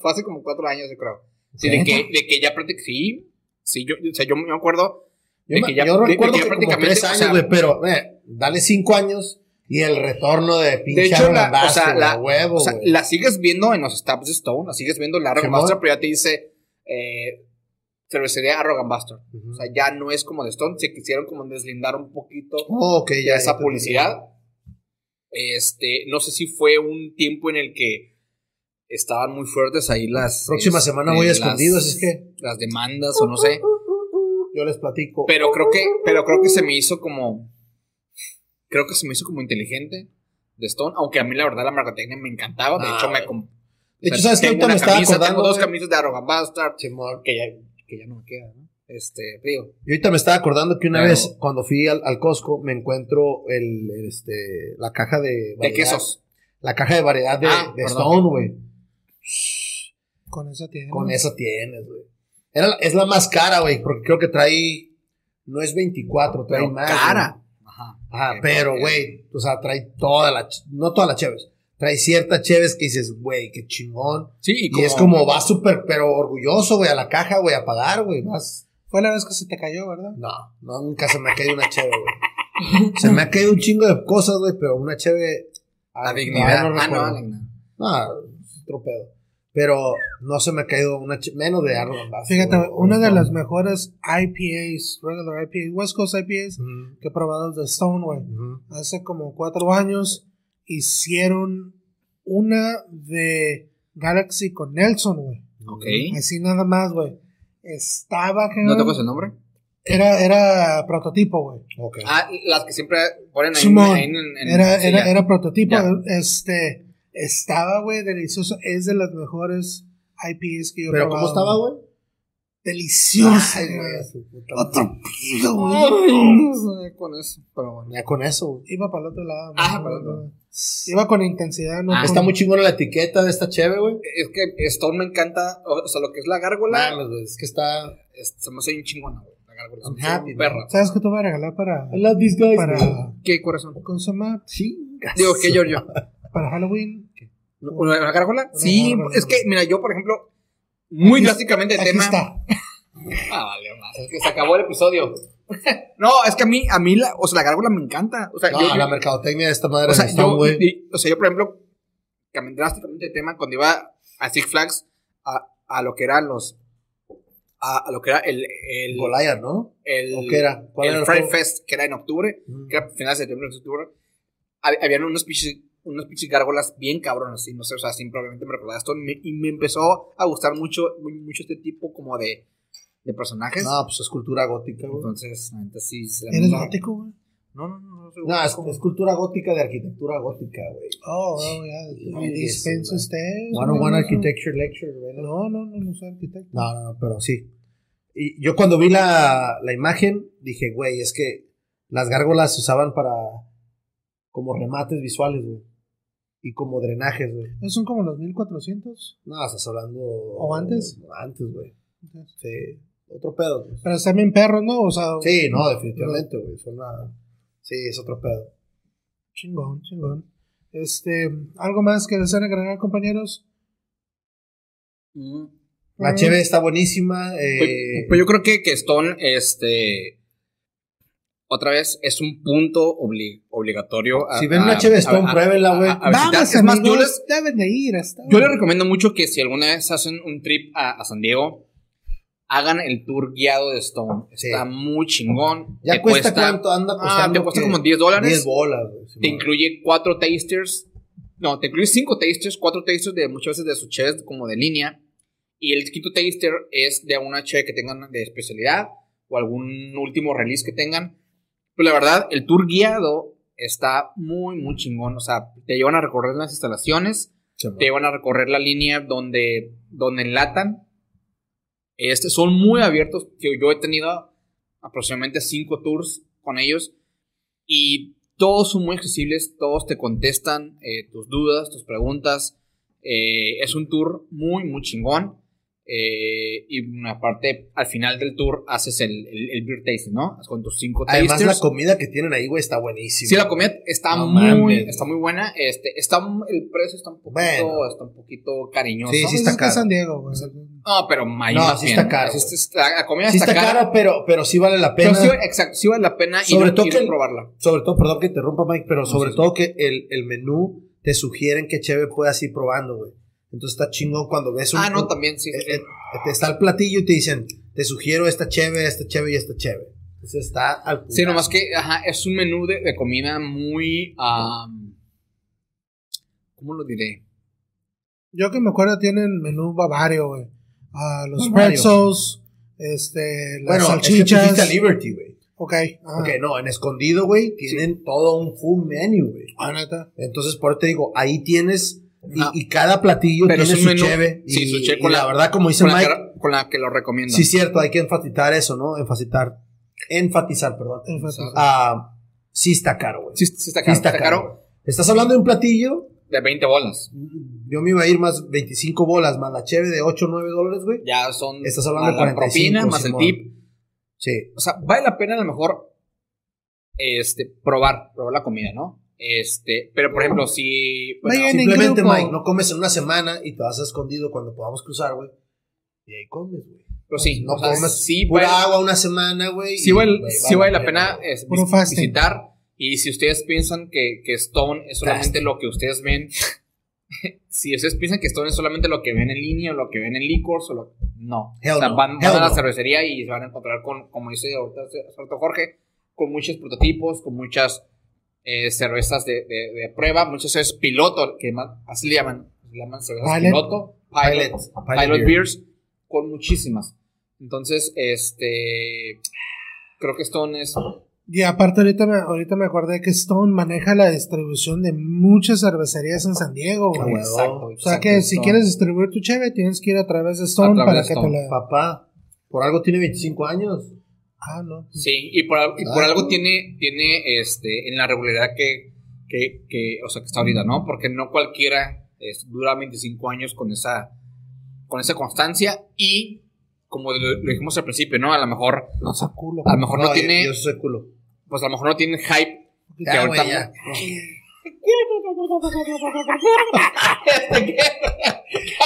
S3: fue hace como cuatro años, yo creo. Sí, de que, de que ya prácticamente. Sí, sí, yo, o sea, yo me acuerdo.
S2: Yo,
S3: De
S2: me-
S3: que ya-
S2: yo
S3: de- de
S2: recuerdo
S3: que
S2: que,
S3: ya
S2: como
S3: prácticamente,
S2: tres
S3: o
S2: años,
S3: sea-
S2: güey, pero eh, dale cinco años y el retorno de pinche
S3: hecho,
S2: Aaron
S3: la- o
S2: Bass,
S3: sea,
S2: güey,
S3: la-
S2: a huevo,
S3: O sea,
S2: güey.
S3: la sigues viendo en los Stabs de Stone, la sigues viendo la Arrogant
S2: Simón.
S3: Buster, pero ya te dice. Eh, cervecería Arrogant Buster.
S2: Ujú.
S3: O sea, ya no es como de Stone, se quisieron como deslindar un poquito
S2: Oh, ok, ya
S3: de esa
S2: ya te-
S3: publicidad. Este, no sé si fue un tiempo en el que estaban muy fuertes ahí las.
S2: Próxima semana voy a escondidos, es que
S3: Las demandas o no sé.
S2: yo les platico.
S3: Pero creo que, pero creo que se me hizo como. Creo que se me hizo como inteligente de Stone. Aunque a mí la verdad la mercadotecnia me encantaba. De
S2: Ah,
S3: hecho, me
S2: güey.
S3: comp-
S2: de hecho,
S3: o sea,
S2: ¿sabes qué?
S3: tengo
S2: Ahorita
S3: una
S2: me estaba
S3: camisa,
S2: acordando.
S3: Tengo dos
S2: güey.
S3: camisas de Arrogant Bastard.
S2: Simón.
S3: Que ya, que ya no me queda, ¿no? Este, digo.
S2: Yo ahorita me estaba acordando que una
S3: Pero-
S2: vez, cuando fui al, al Costco, me encuentro el, el, este, la caja de.
S3: De
S2: variedad-
S3: quesos.
S2: La caja de variedad de,
S3: Ah,
S2: de
S3: perdón.
S2: Stone, güey.
S1: Con esa tiene.
S2: Con esa tienes, güey. Era la- es la más cara, güey, porque creo que trae. No es 24, trae
S3: Pero
S2: más. güey.
S3: cara. Ajá.
S2: Ajá,
S3: Eh,
S2: pero,
S3: porque-
S2: güey, o sea, trae toda la, ch- no toda la Cheves, trae ciertas Cheves que dices, güey, qué chingón.
S3: Sí,
S2: Y, es como, vas súper, pero orgulloso, güey, a la caja, güey, a pagar, güey, vas.
S1: Fue la vez que se te cayó, ¿verdad?
S2: No, no, nunca se me ha caído una Cheve, güey. Se me ha caído un chingo de cosas, güey, pero una Cheve.
S3: La
S2: ah,
S3: dignidad.
S2: no
S3: ah, no,
S2: recuerdo.
S3: la dignidad.
S2: No, es otro pedo. Pero no se me ha caído una ch- menos de Arnold. Bass,
S1: Fíjate,
S2: güey.
S1: una de las mejores IPAs, regular IPAs, West Coast IPAs
S2: Ujú,
S1: que he probado es de Stoneway.
S2: ujú.
S1: Hace como cuatro años hicieron una de Galaxy con Nelson, güey.
S3: Ok.
S1: Así nada más, güey. Estaba,
S3: ¿No
S1: cabrón.
S3: tocas el nombre?
S1: Era, era prototipo, güey.
S2: Ok.
S3: Ah, las que siempre ponen ahí,
S1: Simón,
S3: ahí en, en-
S1: Era,
S3: sí,
S1: era,
S3: ya.
S1: era prototipo.
S3: Ya.
S1: Este, estaba, güey, delicioso. Es de las mejores IPs que yo he
S2: Pero
S1: probado,
S2: ¿cómo estaba, güey?
S1: Deliciosa,
S2: Ay,
S1: güey.
S2: güey, su puta madre.
S1: Otro pido,
S3: Ay,
S1: güey.
S3: no sé con eso, pero bueno.
S2: Ya con eso, güey.
S1: Iba para el otro lado.
S3: Ah,
S1: mejor,
S3: para el otro lado.
S1: güey. Iba con intensidad, ¿no?
S3: Ah,
S1: con-
S2: Está muy chingona la etiqueta de esta cheve, güey.
S3: Es que Stone me encanta, o, o sea, lo que es la gárgola,
S2: Mames, güey, es que está...
S3: es- se me hace bien chingona, güey. La gárgola,
S2: I'm
S3: se me hace
S2: happy,
S3: un perra.
S1: ¿Sabes qué te voy a regalar para.
S2: I love these guys.
S1: Para.
S3: ¿Qué corazón?
S1: ¿Cómo se llama?
S2: Chingas.
S3: Digo, ¿qué Giorgio?
S1: Para Halloween.
S3: ¿Una una gárgola? Sí,
S1: gárgola.
S3: es que, mira, yo, por ejemplo, muy drásticamente el
S1: Aquí
S3: tema.
S1: está.
S3: Ah, vale, más. Es que se acabó el episodio. no, es que a mí, a mí, la, o sea, la gárgola me encanta. O sea,
S2: No,
S3: yo, yo-
S2: la mercadotecnia de esta madre
S3: o sea,
S2: de Stone,
S3: yo,
S2: güey.
S3: y- o sea, yo, por ejemplo, cambié drásticamente de tema cuando iba a Six Flags a, a lo que eran los. A, a lo que era el. el
S2: Goliath, ¿no?
S3: el,
S2: ¿O qué era? ¿Cuál
S3: el
S2: era el
S3: Fright
S2: juego?
S3: Fest, que era en octubre,
S2: Mm.
S3: que era finales de septiembre, octubre, hab- habían unos pinches unos pinches gárgolas bien cabrones, y no sé, o sea, siempre obviamente me recordaba esto, me- y me empezó a gustar mucho, muy- mucho este tipo como de, de personajes.
S2: No, pues es cultura gótica, güey.
S3: Entonces, la neta sí. se-
S1: Eres
S3: no,
S1: gótico, güey.
S3: no, no, no, no, soy
S2: No, es,
S3: gótico.
S2: es cultura gótica de arquitectura gótica, güey.
S1: Oh, oh, ya.
S2: Ay,
S1: Me dispensa
S2: eso,
S1: usted.
S2: One on
S1: güey.
S2: one architecture lecture, güey. No,
S1: No, no, no, no soy arquitecto.
S2: no, no, pero sí. Y yo cuando vi la, la imagen, dije, güey, es que las gárgolas se usaban para como remates visuales, güey. Y como drenajes, güey.
S1: ¿No son como los 1400?
S2: No, estás hablando.
S1: ¿O antes?
S2: Antes, güey. Sí. Otro pedo, güey.
S1: Pero están bien perros, ¿no? O sea,
S2: Sí, no, definitivamente, güey. Son una- Sí, es otro pedo.
S1: chingón, chingón. Este, ¿algo más que desean agregar, compañeros?
S3: Mm.
S2: La cheve está buenísima.
S3: Pues,
S2: Eh,
S3: pues yo creo que, que Stone, este. Otra vez es un punto obli- obligatorio. a-
S2: si ven
S3: a-
S2: una cheve
S3: a-
S2: Stone,
S3: a-
S2: pruébenla, güey.
S3: a- a visitar.
S1: Vamos,
S3: es más, yo
S1: amigos,
S3: les,
S1: deben de ir hasta.
S3: Yo les recomiendo mucho que si alguna vez hacen un trip a, a San Diego, hagan el tour guiado de Stone.
S2: Sí.
S3: Está muy chingón.
S2: Ya
S3: Te
S2: cuesta, cuánto anda
S3: Ah, te cuesta como 10 dólares.
S2: 10 bolas, güey.
S3: te
S2: Simón.
S3: incluye cuatro tasters. No, te incluye cinco tasters, cuatro tasters de muchas veces de sus cheves como de línea. Y el quinto taster es de una cheve que tengan de especialidad o algún último release que tengan. Pero la verdad, el tour guiado está muy, muy chingón. O sea, te llevan a recorrer las instalaciones
S2: Simón.
S3: te van a recorrer la línea donde, donde enlatan. Este, son muy abiertos. Yo, yo he tenido aproximadamente cinco tours con ellos y todos son muy accesibles, todos te contestan eh, tus dudas, tus preguntas. Eh, es un tour muy, muy chingón. Eh, y aparte, al final del tour haces el, el, el beer tasting, ¿no? Con tus cinco
S2: Además,
S3: tasters.
S2: la comida que tienen ahí, güey, está buenísima.
S3: Sí, la comida está
S2: No
S3: muy,
S2: mames.
S3: está muy buena. Este, está un- el precio está un poquito,
S2: Bueno.
S3: está un poquito cariñoso.
S2: Sí,
S1: No,
S2: sí
S1: pues
S2: está
S1: es que
S2: caro.
S1: San Diego, güey.
S3: No, pero mayor.
S2: No, sí está caro.
S3: este, la comida
S2: Sí
S3: está,
S2: está
S3: cara.
S2: cara, pero, pero sí vale la
S3: pero
S2: pena.
S3: sí, exacto, sí vale la pena ir,
S2: Sobre todo
S3: ir
S2: que
S3: a
S2: el-
S3: probarla.
S2: Sobre todo, perdón que te rompa, Mike, pero sobre
S3: sí, sí.
S2: todo que el, el menú te sugieren que cheve puedas ir probando, güey. Entonces está chingón cuando ves un.
S3: Ah, no, también, sí. sí, sí.
S2: eh, eh, te está el platillo y te dicen, te sugiero esta cheve, esta cheve y esta cheve. Entonces está al
S3: Sí, nomás que ajá, es un menú de, de comida muy. am, ¿Cómo lo diré?
S1: Yo que me acuerdo tienen menú bavario, güey. Ah, los
S2: Bavario.
S1: pretzels, este, las
S2: Bueno, salchichas.
S1: salchichas.
S2: Liberty, güey.
S1: ok, ah,
S2: Ok, no, en escondido, güey, tienen todo un full menu, güey.
S1: ah, neta.
S2: Entonces, por eso te digo, ahí tienes. Y,
S3: Ajá.
S2: y cada platillo
S3: Ah. Pero
S2: tiene
S3: es un
S2: su
S3: menú-
S2: cheve.
S3: sí,
S2: y,
S3: su cheve
S2: y
S3: con
S2: la,
S3: la-
S2: verdad, como dice
S3: Con la,
S2: Mike,
S3: que, con la que lo recomiendo.
S2: sí, cierto, hay que enfatizar eso, ¿no? Enfatizar. Enfatizar, perdón.
S1: Enfatizar.
S2: Ah, sí está caro, güey.
S3: Sí, sí está caro.
S2: Sí está
S3: está caro.
S2: caro. Estás hablando de un platillo.
S3: De 20 bolas.
S2: Yo me iba a ir más 25 bolas, más la cheve de 8 o 9 dólares, güey.
S3: Ya son.
S2: Estás hablando
S3: más
S2: de
S3: la
S2: 45,
S3: propina, más
S2: Simón.
S3: el tip.
S2: Sí.
S3: o sea, vale la pena a lo mejor este, probar, probar la comida, ¿no? Este, pero por ejemplo, si bueno,
S1: Vayan en
S2: Simplemente,
S1: grupo.
S2: Mike, no comes en una semana y te vas a escondido cuando podamos cruzar, güey. Y ahí comes, güey.
S3: pero pues sí,
S2: No
S3: o sea,
S2: comes
S3: sí
S2: pura
S3: vale-
S2: agua una semana, güey.
S3: sí
S2: y,
S3: vale,
S2: güey,
S3: sí vale la pena eh, es,
S1: Puro
S3: vis-
S1: fasting.
S3: visitar. Y si ustedes piensan que, que Stone es solamente
S2: Fasting.
S3: lo que ustedes ven, si ustedes piensan que esto es solamente lo que ven en línea o lo que ven en licors o lo no.
S2: Hell
S3: o sea,
S2: no,
S3: van, van
S2: hell
S3: a la
S2: no.
S3: cervecería y se van a encontrar con, como dice ahorita Roberto Jorge, con muchos prototipos, con muchas eh, cervezas de, de- de prueba, muchas cervezas piloto, que más, así le llaman, le llaman cervezas
S2: Pilot.
S3: piloto, pilot,
S2: Pilot.
S3: pilot,
S2: Pilot beer.
S3: beers, con muchísimas. Entonces, este, creo que Stone es
S1: Y aparte ahorita me, ahorita me acordé que Stone maneja la distribución de muchas cervecerías en San Diego, güey.
S2: huevo.
S1: O sea que si
S3: Stone.
S1: quieres distribuir tu cheve, tienes que ir a través de Stone
S3: través
S1: para
S3: de
S1: que
S3: Stone.
S1: te la...
S2: Papá, por algo tiene 25 años.
S1: Ah, no.
S3: Sí, y por, al- y por
S2: Ah.
S3: algo tiene, tiene este, en la regularidad que, que, que, o sea, que está ahorita, ¿no? Porque no cualquiera este, dura 25 años con esa, con esa constancia y, como lo, lo dijimos al principio, ¿no? A lo mejor,
S1: No sea culo.
S3: a lo mejor no, tiene,
S2: Yo, yo soy culo.
S3: pues a lo mejor no tiene hype. que
S2: Ya,
S3: ahorita-
S2: güey, ya.
S3: Este, que-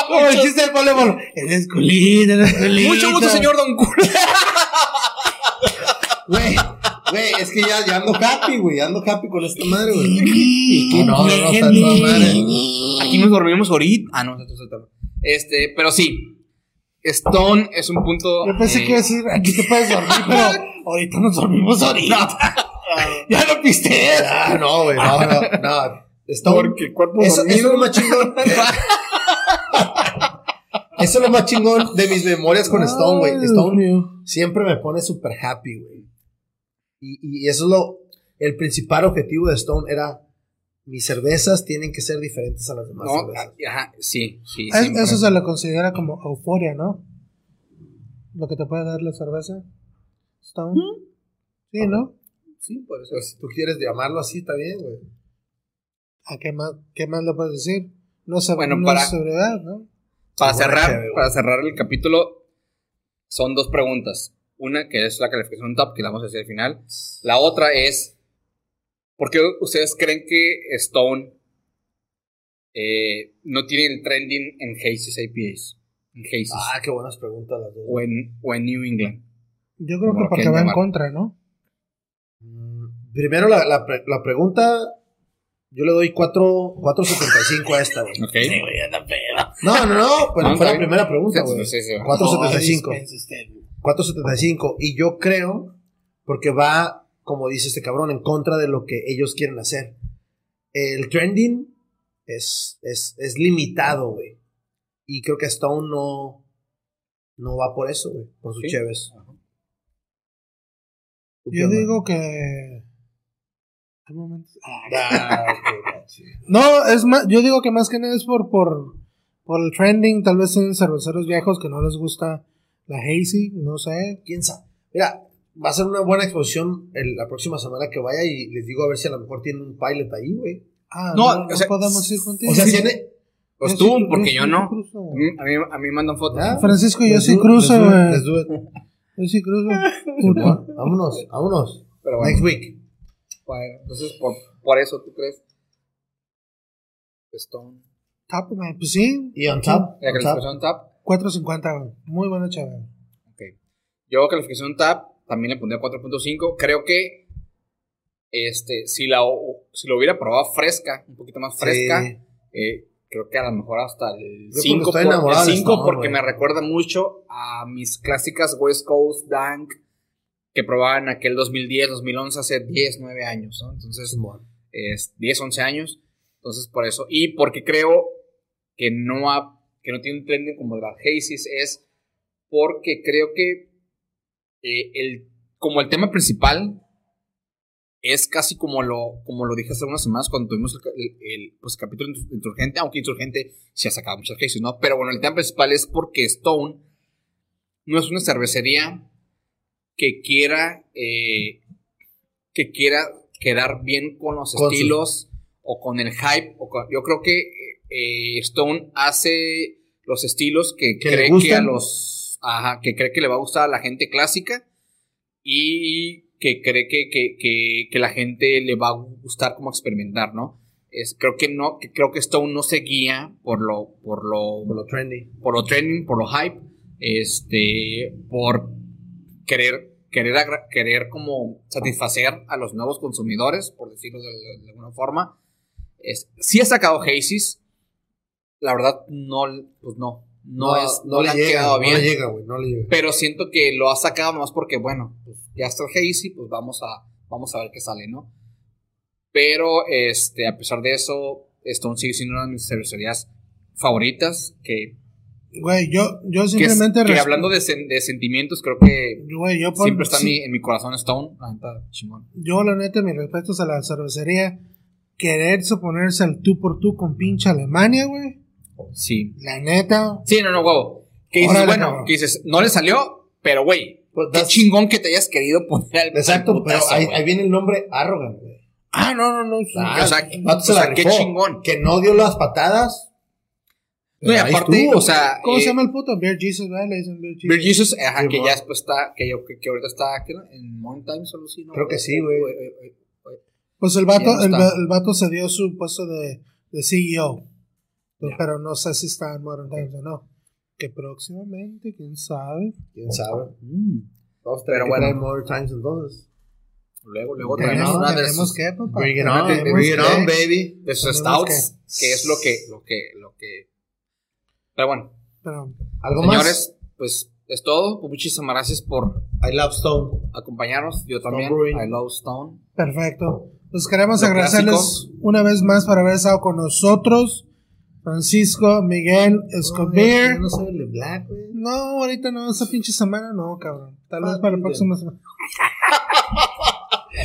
S1: Como el chiste del voleibol. Eres culito, eres culito.
S3: Mucho gusto, señor Don Culo.
S2: Güey, güey, es que ya, ya ando happy, güey. ya Ando happy con esta madre, güey.
S1: Y
S2: No, no, no, está toda madre.
S3: Aquí nos dormimos ahorita. Ah, no, nosotros estamos. Este, pero sí. Stone es un punto.
S1: Yo pensé
S3: eh,
S1: que iba a decir, aquí te puedes dormir, pero ahorita nos dormimos ahorita. ya lo piste.
S2: Ah, no, güey, no, no, no. Está
S3: Porque el cuerpo
S2: Eso,
S3: dormido-
S2: eso es lo más chingón. eso es lo más chingón de mis memorias con Stone, güey. Stone siempre me pone super happy, güey. Y, y eso es lo. El principal objetivo de Stone era. Mis cervezas tienen que ser diferentes a las demás
S3: No,
S2: cervezas.
S3: ah, ajá, sí, sí.
S1: Es-
S3: siempre.
S1: Ah, eso se lo considera como euforia, ¿no? Lo que te puede dar la cerveza. Stone. Sí, ¿no?
S3: ah, Sí, por eso.
S2: Pero si Pues, tú quieres llamarlo así, está bien, güey.
S1: ¿A qué más, qué más le puedes decir? No sé,
S3: Bueno,
S1: no
S3: para-
S1: es sobriedad, ¿no?
S3: Para
S2: Buena
S3: cerrar,
S2: chévere, güey.
S3: para cerrar el capítulo, son dos preguntas. Una que es la calificación top, que la vamos a decir al final. La otra es, ¿por qué ustedes creen que Stone eh, no tiene el trending en Hazy's IPAs? En Hazy's.
S2: Ah, qué buenas preguntas las dos.
S3: o, en, o en New England.
S1: Yo creo
S3: Como
S1: que
S3: lo
S1: porque
S3: quieren
S1: va en
S3: llamar.
S1: contra, ¿no?
S2: Mm, Primero, la, la pre- la pregunta. Yo le doy cuatro- 4.75 a esta, güey.
S3: Ok.
S2: No, no, no. Pues
S3: No,
S2: fue
S3: está
S2: la
S3: bien.
S2: primera pregunta, güey.
S3: Sí, sí, sí.
S2: 475.
S3: este,
S2: 475. Y yo creo, porque va, como dice este cabrón, en contra de lo que ellos quieren hacer. El trending es, es, es limitado, güey. Y creo que Stone no, no va por eso, güey. Por sus
S3: Sí.
S2: cheves.
S3: Ajá.
S2: ¿Tú qué
S1: Yo
S2: onda?
S1: digo que. Hay momentos-
S2: Ah, ok, sí.
S1: No, es más, yo digo que más que nada es por, por, por el trending, tal vez en cerveceros viejos que no les gusta la Hazy, no sé.
S2: ¿Quién sabe? Mira, va a ser una buena exposición el- la próxima semana que vaya y les digo a ver si a lo mejor tienen un pilot ahí, güey.
S1: Ah,
S3: No,
S1: no, no,
S3: o sea,
S1: podemos ir contigo.
S2: O sea,
S1: Sí,
S2: tiene...
S3: Pues
S1: sí
S3: tú,
S1: cru-
S3: porque yo
S1: sí
S3: no. Mm.
S1: cruzo.
S3: A mí, a mí- a mí me mandan fotos.
S2: Ah,
S1: Francisco, yo
S2: let's
S1: sí
S2: do it,
S1: cruzo,
S2: let's do it,
S1: güey.
S2: let's do it.
S1: Yo sí cruzo.
S2: Simón, vámonos, vámonos.
S3: Pero bueno.
S2: Next week.
S3: Bueno, entonces por, por eso tú crees. Stone.
S1: Top, man, pues sí,
S2: Y on top.
S3: La
S2: on top.
S3: calificación tap.
S1: 4.50, güey. Muy buena chava.
S3: Ok. Yo calificación tap también le pondría 4.5. Creo que este, si, la, o- si lo hubiera probado fresca, un poquito más fresca,
S2: Sí.
S3: eh, creo que a lo mejor hasta el
S2: Yo porque
S3: 5.
S2: estoy
S3: por- el
S2: enamorado de
S3: cinco
S2: Stone,
S3: porque
S2: güey.
S3: me recuerda mucho a mis clásicas West Coast Dank que probaba en aquel 2010, 2011, hace 10, 9 años. ¿no? Entonces,
S2: Simón.
S3: es 10, 11 años. Entonces, por eso. Y porque creo que no, ha, que no tiene un trending como de la Hazy's es porque creo que eh, el, como el tema principal es casi como lo, como lo dije hace unas semanas cuando tuvimos el, ca- el- el, pues, el capítulo de Insur- Insurgente, aunque Insurgente se ha sacado muchas Hazy's, ¿no? Pero bueno, el tema principal es porque Stone no es una cervecería que quiera eh, que quiera quedar bien con los
S2: Con su-
S3: estilos o con el hype. O con- yo creo que eh, Stone hace los estilos que,
S2: Que le
S3: cree que a
S2: gustan.
S3: los ajá, que cree que le va a gustar a la gente clásica y que cree que, que, que- que la gente le va a gustar como experimentar, ¿no? Es, creo que no, que creo que Stone no se guía por lo, por lo,
S2: Por lo trendy.
S3: por lo trending, por lo hype, este, por querer, querer, agra- querer como satisfacer a los nuevos consumidores, por decirlo de, de alguna forma. Es, sí ha sacado Hazy's, la verdad, no, pues no. No,
S2: No,
S3: es, no,
S2: no
S3: le ha
S2: llega,
S3: quedado bien.
S2: No le llega, güey, no le llega.
S3: Pero siento que lo ha sacado más porque, bueno, pues ya está el Hazy, pues vamos a, vamos a ver qué sale, ¿no? Pero, este, a pesar de eso, Stone sigue siendo una de mis cervecerías favoritas. Que,
S1: Güey, yo, yo
S3: que, es-
S1: simplemente.
S3: que
S1: resp-
S3: hablando de, sen- de sentimientos, creo que
S1: Güey, yo por-
S3: siempre está en
S1: sí,
S3: mi- en, mi, corazón Stone.
S2: Ah,
S3: La neta, chingón.
S1: Yo, la neta, mis respetos a la cervecería. Quererse ponerse al tú por tú con pinche Alemania, güey.
S3: Sí.
S1: La neta.
S3: Sí, no, no, huevo. Que dices,
S1: Órale,
S3: bueno,
S1: cabrón.
S3: que dices, no le salió, pero güey,
S2: Pues,
S3: qué
S2: das-
S3: chingón que te hayas querido poner al
S2: Exacto,
S3: al putazo,
S2: pero ahí,
S3: güey.
S2: ahí viene el nombre Arrogan, güey.
S1: Ah, no, no, no. sí.
S3: o sea,
S2: el vato se
S3: o
S2: la
S3: sea, qué
S2: rifó.
S3: chingón.
S2: Que no dio las patadas.
S3: No, y
S2: Ahí
S3: aparte,
S2: estuvo.
S3: o sea,
S1: ¿Cómo
S3: eh,
S1: se llama el puto? Beer Jesus, ¿verdad? Le dicen Beer Jesus.
S3: Beer Jesus, ajá,
S2: Sí,
S3: que
S2: mo.
S3: ya después está, que, yo, que, que ahorita está ¿qué no? en Mountain Time, solo sí, ¿no?
S2: Creo que sí, güey.
S3: Eh, eh, eh,
S1: Pues el
S3: Ya
S1: vato,
S3: no
S1: el,
S3: está.
S1: va- el vato se dio su puesto de, de CEO.
S3: Ya.
S1: Pero no sé si está en Modern Times o no. Que próximamente, quién sabe.
S2: Quién sabe.
S3: mm.
S2: Vamos a
S3: Pero
S2: tener que
S3: bueno.
S2: traer Modern Times entonces.
S3: Luego, luego traemos
S1: Tenemos,
S3: una de
S1: tenemos
S3: sus,
S1: que, papá.
S2: Bring it
S3: on,
S1: Tenemos
S2: bring it
S1: que.
S2: on, baby.
S3: de
S1: tenemos
S3: sus stouts, que... es lo que, lo que, lo que. Pero bueno,
S1: Pero,
S2: Algo
S3: señores, pues es todo. Pues Muchísimas gracias por
S2: más. I love Stone.
S3: acompañarnos. Yo
S2: Stone
S3: también.
S2: Brewing.
S3: I love Stone.
S1: perfecto. Pues queremos
S3: Lo
S1: agradecerles
S3: clásico.
S1: una vez más por haber estado con nosotros. Francisco, Miguel, Escobar.
S2: Yo No soy el de Black, güey.
S1: No, ahorita no, esa pinche semana no, cabrón. Tal vez
S2: Ah,
S1: para la
S2: bien.
S1: próxima semana.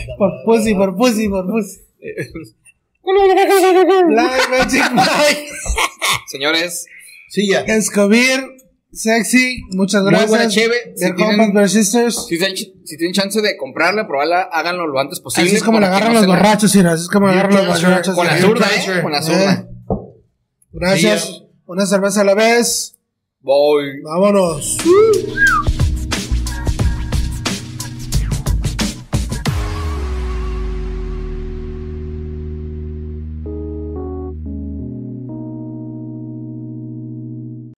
S1: por pussy, por pussy, por pussy. Black Magic Mike.
S3: Señores,
S2: Sí, ya.
S1: Escobir, sexy, muchas
S3: Muy
S1: gracias.
S3: buena cheve.
S1: Dear
S3: Si tienen-
S1: Compass, Bear Sisters.
S3: si tienen, ch- si tienen chance de comprarla, probarla, háganlo lo antes posible.
S1: así es como le
S3: para que
S1: agarran
S3: no
S1: los
S3: se la-
S1: borrachos, Ciro, así es como le
S2: Beer
S1: agarran los
S2: culture,
S1: borrachos.
S3: Con la
S1: Ciro.
S2: Beer
S3: zurda,
S2: culture.
S3: ¿eh? Con la
S1: Eh.
S3: zurda.
S1: Gracias.
S2: Sí,
S1: Una cerveza a la vez.
S3: Voy.
S1: Vámonos.